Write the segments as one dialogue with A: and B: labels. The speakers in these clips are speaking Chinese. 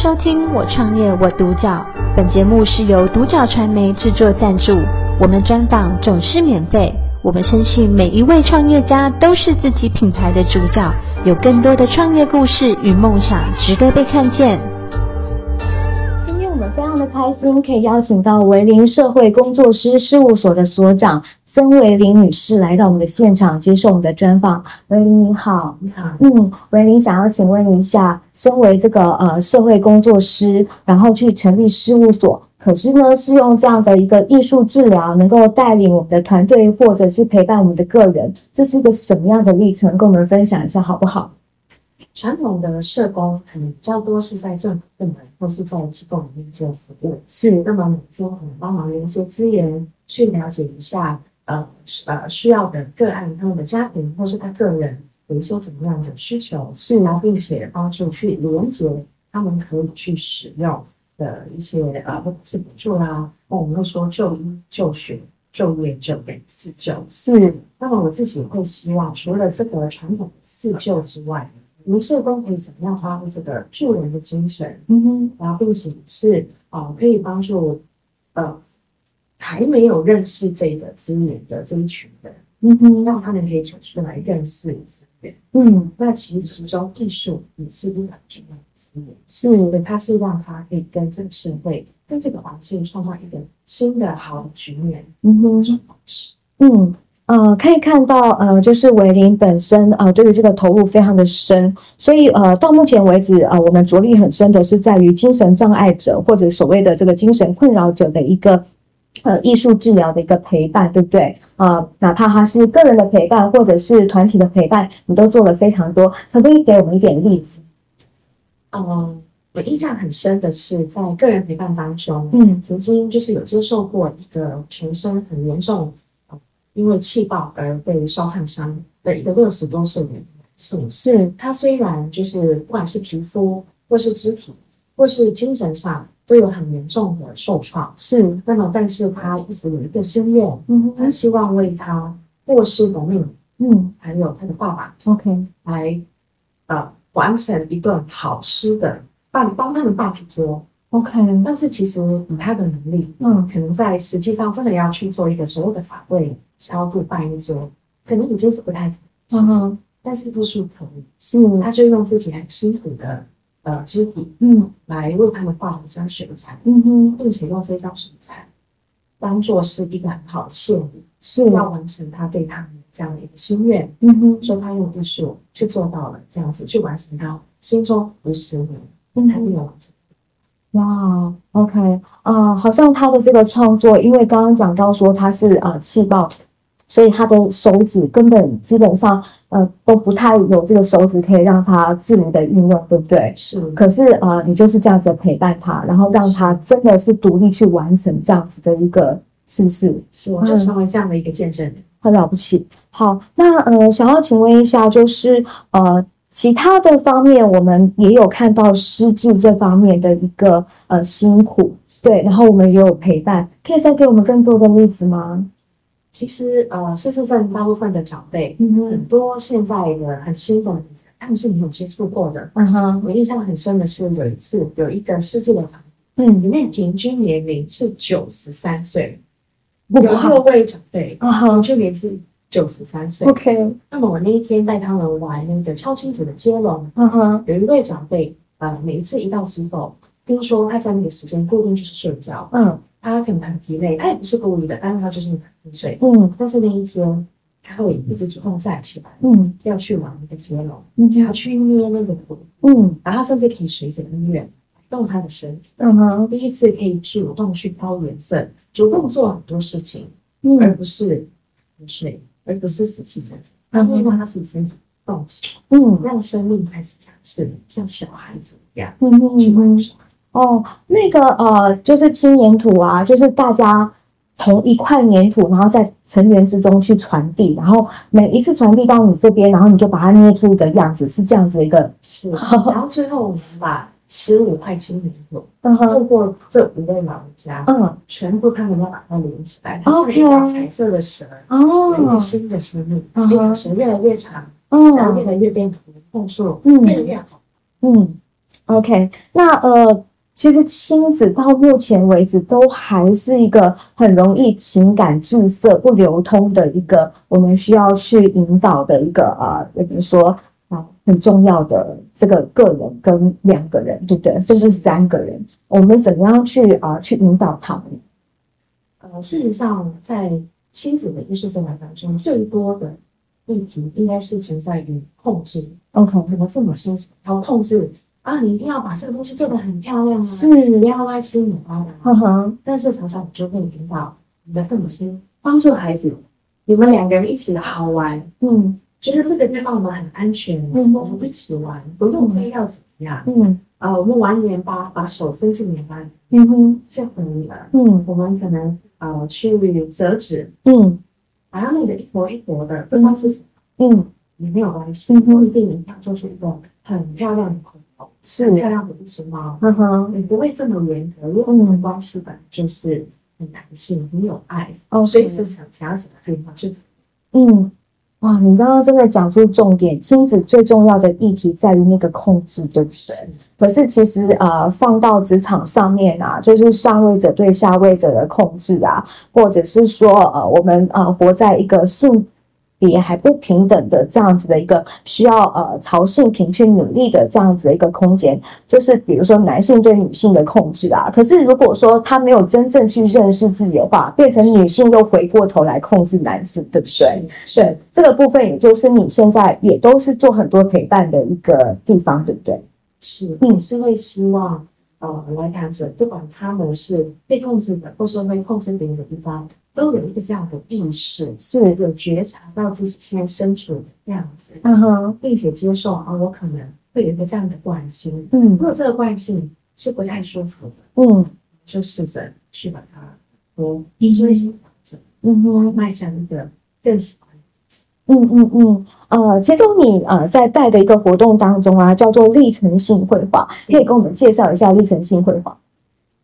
A: 收听《我创业我独角》，本节目是由独角传媒制作赞助，我们专访总是免费。我们深信每一位创业家都是自己品牌的主角，有更多的创业故事与梦想值得被看见。
B: 今天我们非常的开心，可以邀请到维林社会工作师事务所的所长曾维林女士来到我们的现场接受我们的专访。维林你好，
C: 你好，
B: 嗯，维林想要请问一下，身为这个呃社会工作师，然后去成立事务所，可是呢是用这样的一个艺术治疗，能够带领我们的团队或者是陪伴我们的个人，这是一个什么样的历程？跟我们分享一下好不好？
C: 传统的社工嗯比较多是在政府部门或是在机构里面做服务，
B: 是，
C: 那么我们说嗯帮忙连接资源，去了解一下呃是呃需要的个案他们的家庭或是他个人有一些怎么样的需求，
B: 是
C: 然后并且帮助去连接他们可以去使用的一些呃不管是补助啦，那我们会说就医、就学、就业、就给自救。
B: 是，
C: 那么我自己会希望，除了这个传统的自救之外，我们社工可以怎么样发挥这个助人的精神，
B: 嗯哼，
C: 然后并且是啊、呃可以帮助呃还没有认识这个资源的这一群人，
B: 嗯哼，
C: 让他们可以走出来认识资源。
B: 嗯，
C: 那其实其中艺术也是一个很重要的资源，
B: 是，
C: 对，它是让他可以跟这个社会、跟这个环境创造一个新的好的局面，
B: 嗯
C: 这
B: 哼。
C: 种方式。
B: 嗯，呃，可以看到，呃，就是维林本身，呃，对于这个投入非常的深，所以，呃，到目前为止，呃，我们着力很深的是在于精神障碍者或者所谓的这个精神困扰者的一个，呃，艺术治疗的一个陪伴，对不对？呃，哪怕他是个人的陪伴，或者是团体的陪伴，你都做了非常多，可不可以给我们一点例子？
C: 嗯，我印象很深的是，在个人陪伴当中，
B: 嗯，
C: 曾经就是有接受过一个全身很严重，呃因为气爆而被烧烫伤的一个六十多岁的男性。
B: 是，
C: 他虽然就是不管是皮肤或是肢体或是精神上都有很严重的受创，
B: 是，
C: 那么但是他一直有一个心愿，
B: 嗯
C: 他希望为他过世的命
B: 嗯
C: 还有他的爸爸
B: ，OK，
C: 来呃完成一顿好吃的，帮帮他们办一桌。
B: OK，
C: 但是其实以他的能力，
B: 嗯，
C: 可能在实际上真的要去做一个所谓的法会超度办一桌，可能已经是不太可
B: 嗯
C: 能。
B: 哼，嗯
C: 但是付出可以，
B: 是，
C: 他就用自己很辛苦的呃肢体
B: 嗯
C: 来为他们画了一张水彩，
B: 嗯哼，
C: 并且用这张水彩当做是一个很好的献礼，
B: 是，
C: 要完成他对他们这样的一个心愿。
B: 嗯哼，
C: 说他用艺术去做到了这样子，去完成他心中五十年
B: 嗯
C: 他
B: 哼
C: 没。有完成。
B: 哇，OK，啊、好像他的这个创作，因为刚刚讲到说他是啊、呃气爆，所以他的手指根本基本上呃都不太有这个手指可以让他自如的运用，对不对？
C: 是
B: 可是啊、呃你就是这样子陪伴他，然后让他真的是独立去完成这样子的一个，是不是？
C: 是，我就成为这样的一个见证人。
B: 很了不起。好，那呃，想要请问一下，就是呃，其他的方面，我们也有看到失智这方面的一个呃辛苦，对，然后我们也有陪伴，可以再给我们更多的例子吗？
C: 其实呃，事实上大部分的长辈，
B: 嗯
C: 很
B: 哼，
C: 多现在的很新的名字，他们是没有接触过的。
B: 嗯哼，
C: 我印象很深的是有一次有一个失智的房，里
B: 嗯，
C: 面平均年龄是九十三岁，
B: 不
C: 有
B: 好，
C: 六位长辈，
B: 啊
C: 平
B: 哈
C: 均年是九十三岁。
B: ，OK，
C: 那么我那一天带他们玩那个超清楚的接龙，
B: 嗯哼，
C: 有一位长辈，呃，每一次一到机构，听说他在那个时间固定就是睡觉，
B: 嗯
C: 他可能很疲累，他也不是故意的，但是他就是很疲睡。
B: 嗯
C: 但是那一天，他会一直主动站起来，
B: 嗯
C: 要去玩那个接龙，
B: 嗯
C: 要去捏那个鼓，
B: 嗯
C: 然后甚至可以随着音乐动他的身体。
B: 嗯哼，
C: 第一次可以主动去挑颜色，主动做很多事情，而
B: 嗯
C: 不是很睡，而不是死气沉沉，他会让他自己身体动起来，
B: 嗯
C: 让生命开始尝试，像小孩子一样。
B: 嗯哼
C: 去
B: 嗯哼
C: 玩。耍。
B: 哦，那个呃，就是轻粘土啊，就是大家同一块粘土，然后在成员之中去传递，然后每一次传递到你这边，然后你就把它捏出一个样子，是这样子的一个，
C: 是，然后最后我们把十五块青苹果
B: 嗯
C: 透
B: 哼，
C: 过这五位老人家，
B: 嗯，
C: 全部他们要把它连起来，它是
B: OK
C: 一条彩色的蛇，有一个
B: 哦，
C: 新的生命，
B: 啊嗯
C: 那
B: 哼
C: 条蛇越来越长，然后越
B: 嗯
C: 来越变红，碰数
B: 嗯
C: 越来越好，
B: 嗯， OK，那呃，其实亲子到目前为止都还是一个很容易情感滞涩、不流通的一个，我们需要去引导的一个啊，比如说啊，很重要的这个个人跟两个人，对不对？甚至三个人，我们怎么样去啊去引导他们？
C: 呃，事实上，在亲子的艺术生涯当中，最多的议题应该是存在于控制。
B: ？OK，
C: 可能父母亲要控制啊，你一定要把这个东西做得很漂亮啊，
B: 是嗯
C: 你要歪七扭八的
B: 呵
C: 啊。
B: 呵，
C: 但是常常你就会引导你的父母亲帮助孩子，你们两个人一起好玩，
B: 嗯
C: 觉得这个地方我们很安全，
B: 嗯
C: 我们一起玩，不用非要怎么样。
B: 嗯
C: 啊，我们玩盐巴，把手伸进盐巴里，
B: 嗯哼，
C: 这样可以了。
B: 嗯
C: 我们可能呃去折纸，
B: 嗯
C: 把它弄得一坨一坨的，不知道是什么
B: 嗯，
C: 也没有关系，
B: 嗯哼
C: 不一定一定要做出一个很漂亮的朋友，
B: 是
C: 很漂亮的一只猫，
B: 呵呵
C: 你不会这么严格，因为我们关系本来就是很弹性，很有爱，
B: 哦
C: 随时想想要怎么变化就
B: 嗯，哇，你刚刚真的讲出重点，亲子最重要的议题在于那个控制，对不对？可是其实呃，放到职场上面啊，就是上位者对下位者的控制啊，或者是说呃，我们呃活在一个性别还不平等的这样子的一个需要呃朝性平去努力的这样子的一个空间，就是比如说男性对女性的控制啊。可是如果说他没有真正去认识自己的话，变成女性又回过头来控制男性，对不对？
C: 是
B: 对，这个部分也就是你现在也都是做很多陪伴的一个地方，对不对？
C: 是，
B: 嗯
C: 你是会希望呃来访者不管他们是被控制的，或是被控制别人的地方，都有一个这样的意识，
B: 是，
C: 有觉察到自己现在身处的样子，
B: 嗯哼，
C: 并且接受啊，我可能会有一个这样的惯性。如
B: 嗯
C: 果这个惯性是不太舒服的，
B: 嗯
C: 就试着去把它哦和追求调整，
B: 嗯哼。
C: 迈向一个更喜欢。
B: 嗯嗯嗯，呃，其中你呃在带的一个活动当中啊，叫做历程性绘画，
C: 是
B: 可以跟我们介绍一下历程性绘画？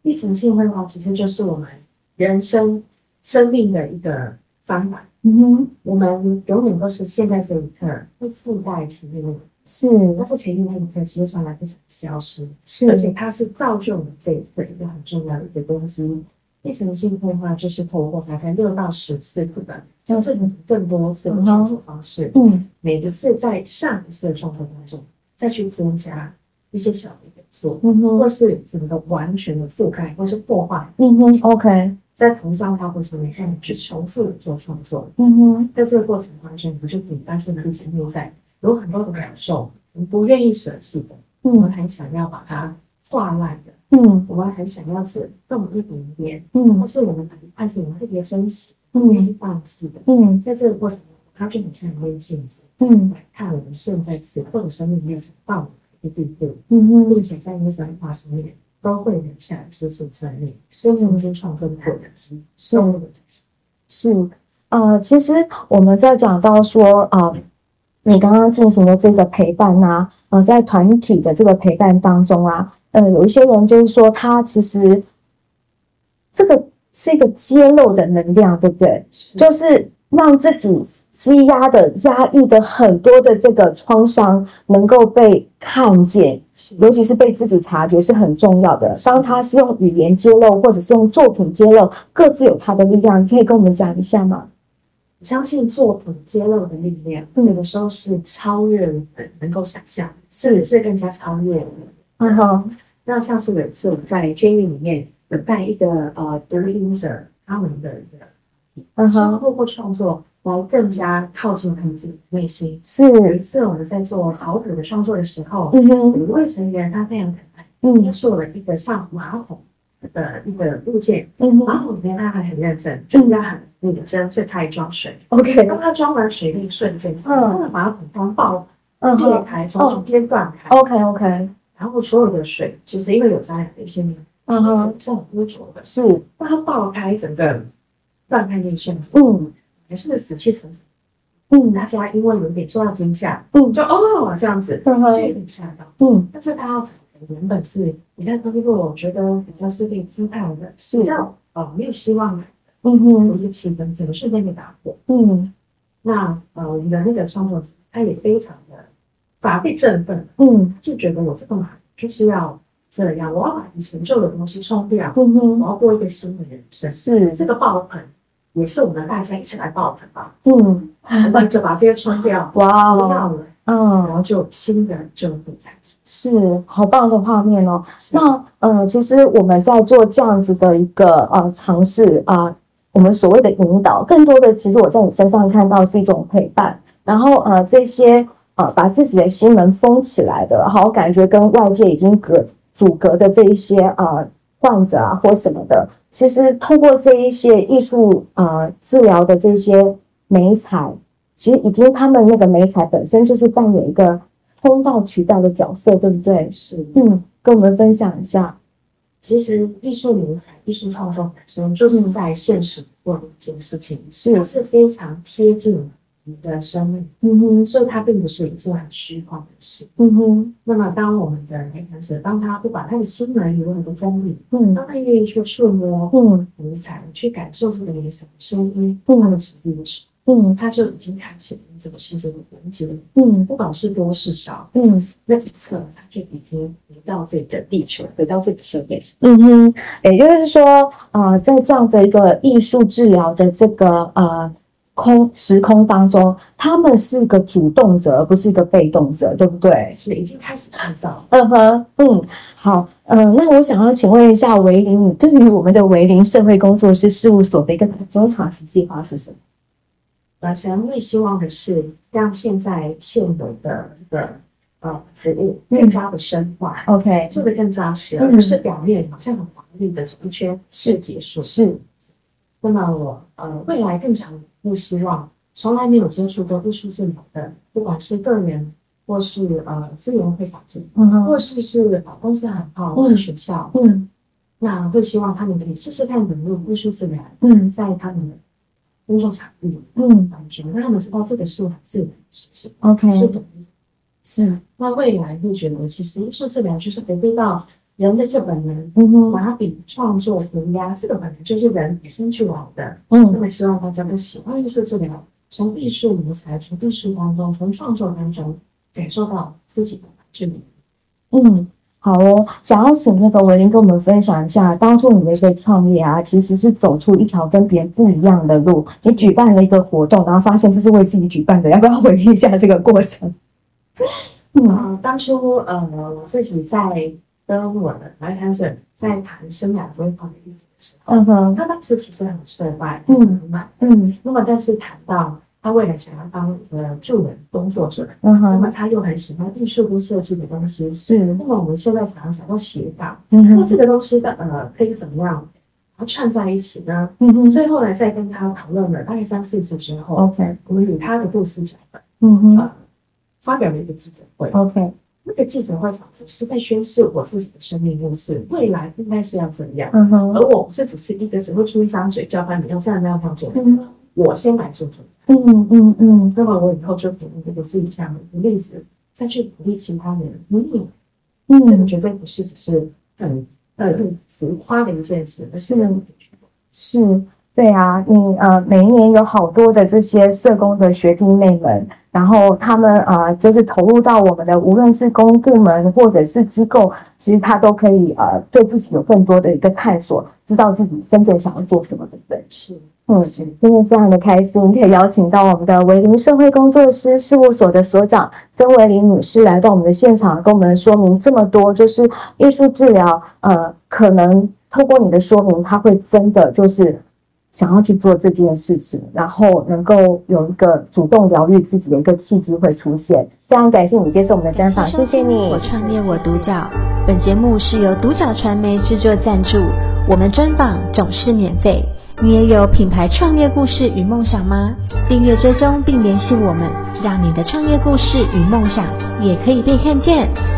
C: 历程性绘画其实就是我们人生生命的一个方法。
B: 嗯哼，
C: 我们永远都是现在这一刻，会附带前面那一刻，
B: 是
C: 但是前面那一刻其实从来不想消失，
B: 嗯
C: 而且
B: 是，
C: 它是造就我们这一刻一个很重要的一个东西。历程性绘画就是透过大概六到十次可能，像这种更多次的创作方式，
B: 嗯
C: 每一次在上一次的创作当中再去添加一些小的元素，
B: 嗯
C: 或
B: 哼，
C: 是整个完全的覆盖，或是破坏，
B: 嗯哼，OK，
C: 在同上它或是每项去重复地做创作。
B: 嗯哼，
C: 在这个过程当中，你就可以发现自己内在有很多的感受，我们不愿意舍弃的，我们
B: 嗯
C: 很想要把它画烂的，
B: 嗯
C: 我们很想要是动一点点，或
B: 嗯
C: 是我们哪一块是我们特别珍惜、不愿意
B: 嗯
C: 放弃的。
B: 嗯
C: 在这个过程当中，它就很像一面镜子，
B: 嗯
C: 来看我们现在此刻的生命历程到了一个地步，
B: 嗯
C: 并
B: 哼，
C: 且在那张画上面都会留下是是生命，是曾经创作过的记忆，
B: 是
C: 都会留下
B: 是，呃，其实我们在讲到说，呃，你刚刚进行的这个陪伴啊，呃，在团体的这个陪伴当中啊，呃，有一些人就是说他其实这个是一个揭露的能量，对不对？
C: 是
B: 就是让自己积压的、压抑的很多的这个创伤能够被看见，
C: 是
B: 尤其是被自己察觉是很重要的。当他是用语言揭露，或者是用作品揭露，各自有它的力量。你可以跟我们讲一下吗？
C: 我相信作品揭露的力量，
B: 嗯
C: 有的时候是超越人能够想象，甚至是更加超越人。
B: 嗯哼，
C: 那像是有一次我在监狱里面有带一个呃独立音者，他们的一个，
B: 嗯
C: 希望
B: 哼，
C: 透过创作来更加靠近他们自己的内心。
B: 是，
C: 有一次我们在做陶土的创作的时候，
B: 嗯
C: 有
B: 哼，
C: 一位成员他非常可爱，他
B: 嗯
C: 做了一个像马桶的一个物件，
B: 嗯
C: 马
B: 哼
C: 桶里面他还很认真，就是他很认真，所以他还装水。
B: ，OK，
C: 当它装满水那一瞬间，它的马桶关爆
B: 嗯
C: 裂
B: 哼哦
C: 开，从中间断开，
B: ，OK，OK，
C: 然后所有的水其实因为有沾染的一些棉，
B: 嗯哼
C: 是很污浊的，
B: 是，
C: 那它爆开整个断开那一瞬间，
B: 嗯
C: 还是死气沉沉。
B: 嗯
C: 大家因为有点受到惊吓，
B: 嗯
C: 就哦这样子，
B: 嗯
C: 就有
B: 哼，
C: 点吓到。
B: 嗯
C: 但是它原本是比较低落，我觉得比较是被批判的，
B: 是
C: 比较呃没有希望的
B: 嗯
C: 有
B: 哼，
C: 一个气氛，整个瞬间被打破。
B: 嗯
C: 那呃，我们的那个创作者他也非常的反被振奋，
B: 嗯
C: 就觉得我这个马就是要这样，我要把以前旧的东西冲掉，
B: 嗯
C: 我
B: 哼，
C: 要过一个新的人生。
B: 是，
C: 这个爆盆也是我们大家一起来爆盆 吧，
B: 嗯，
C: 我们就把这些冲掉，
B: 哇
C: 不
B: 哦，
C: 要了，然后
B: 嗯，
C: 就新的就会产生。
B: 是，好棒的画面哦。
C: 是
B: 那呃，其实我们在做这样子的一个呃尝试啊、我们所谓的引导，更多的其实我在你身上看到是一种陪伴，然后呃这些呃把自己的心门封起来的，然后感觉跟外界已经隔阻隔的这一些呃患者啊或什么的，其实透过这一些艺术呃治疗的这些美彩，其实已经他们那个美彩本身就是扮演一个通道渠道的角色，对不对？
C: 是，
B: 嗯，跟我们分享一下。
C: 其实艺术名才、艺术创作本身就是在现实做的一件事情，
B: 嗯是
C: 它是非常贴近你的生命，
B: 嗯哼，
C: 所以它并不是一件很虚幻的事。
B: 嗯哼，
C: 那么，当我们的黑谈者，当他不把他的心门永远都封闭，
B: 嗯
C: 当他愿意去触摸
B: 嗯
C: 迷彩，去感受这个迷彩的声音，
B: 嗯
C: 它的质地的时候，
B: 嗯
C: 他就已经开启了跟这个世界的连接，
B: 嗯
C: 不管是多是少，
B: 嗯
C: 那一刻他就已经回到这个地球，回到这个世界上。
B: 嗯哼，也就是说，呃，在这样的一个艺术治疗的这个呃空时空当中，他们是一个主动者，而不是一个被动者，对不对？
C: 是已经开始创造了。
B: 嗯哼，嗯，好，嗯，那我想要请问一下维林，你对于我们的维林社会工作室事务所的一个中长期计划是什么？
C: 短程会希望的是让现在现有的一个呃服务更加的深化，
B: ？OK，
C: 做的更扎实，啊
B: 嗯
C: 而不是表面好像很华丽的走一圈是结束。
B: 是，
C: 那么我呃未来更长不希望从来没有接触过艺术治疗的，不管是个人或是呃资源匮乏者，
B: 嗯哼，
C: 或是是呃公司行号
B: 嗯
C: 或是学校，
B: 嗯
C: 那会希望他们可以试试看融入艺术治疗
B: 嗯
C: 在他们的工作场域
B: 嗯
C: 当中，让他们知道这个是很自然的事情。
B: ，OK，
C: 是的，
B: 是，
C: 那未来会觉得，其实艺术治疗就是回归到人的这本能，
B: 嗯哼，
C: 把它比创作、涂鸦这个本能就是人与生俱来的。那
B: 嗯
C: 么希望大家都喜欢艺术治疗，从艺术题材、从艺术当中、从创作当中感受到自己的这里。
B: 嗯，好哦，想要请那个维林跟我们分享一下，当初你的一个创业啊，其实是走出一条跟别人不一样的路。你举办了一个活动，然后发现这是为自己举办的，要不要回忆一下这个过程？嗯
C: 呃，当初呃我自己在跟我的来谈者在谈生涯规划的议题的时候，
B: 嗯哼，
C: 他当时其实很失败，
B: 嗯
C: 很慢。
B: 嗯
C: 那么但是谈到他未来想要当呃助人工作者，
B: 嗯
C: 那么
B: 哼，
C: 他又很喜欢艺术跟设计的东西。
B: 是，
C: 那么我们现在常常讲到写稿，
B: 嗯
C: 那这
B: 哼，
C: 个东西的呃可以怎么样把它串在一起呢？
B: 嗯哼，
C: 所以后来在跟他讨论了大概三四次之后，
B: OK，
C: 我们与他的故事讲本
B: 哦嗯哦哼
C: 呃发表了一个记者会。
B: ，OK，
C: 那个记者会仿佛是在宣示我自己的生命故事，未来应该是要怎样。
B: 嗯
C: 而
B: 哼，
C: 我不是只是一个只会出一张嘴叫他你要这样那样那样做，
B: 嗯
C: 我先来做做。
B: 嗯嗯嗯，
C: 那么我以后就给那个自己这样的一个例子，再去鼓励其他人。你也这个
B: 嗯，
C: 绝对不是只是很呃很浮夸的一件事，而是
B: 是是，对啊，你呃每一年有好多的这些社工的学弟妹们，然后他们呃就是投入到我们的无论是公部门或者是机构，其实他都可以呃对自己有更多的一个探索，知道自己真正想要做什么，对不对？
C: 是
B: 嗯，
C: 是
B: 真的非常的开心，可以邀请到我们的维林社会工作师事务所的所长曾维林女士来到我们的现场，跟我们说明这么多，就是艺术治疗，呃，可能透过你的说明，他会真的就是想要去做这件事情，然后能够有一个主动疗愈自己的一个契机会出现。非常感谢你接受我们的专访，谢谢你，
A: 我创业我独角。本节目是由独角传媒制作赞助，我们专访总是免费。你也有品牌创业故事与梦想吗？订阅追踪并联系我们，让你的创业故事与梦想也可以被看见。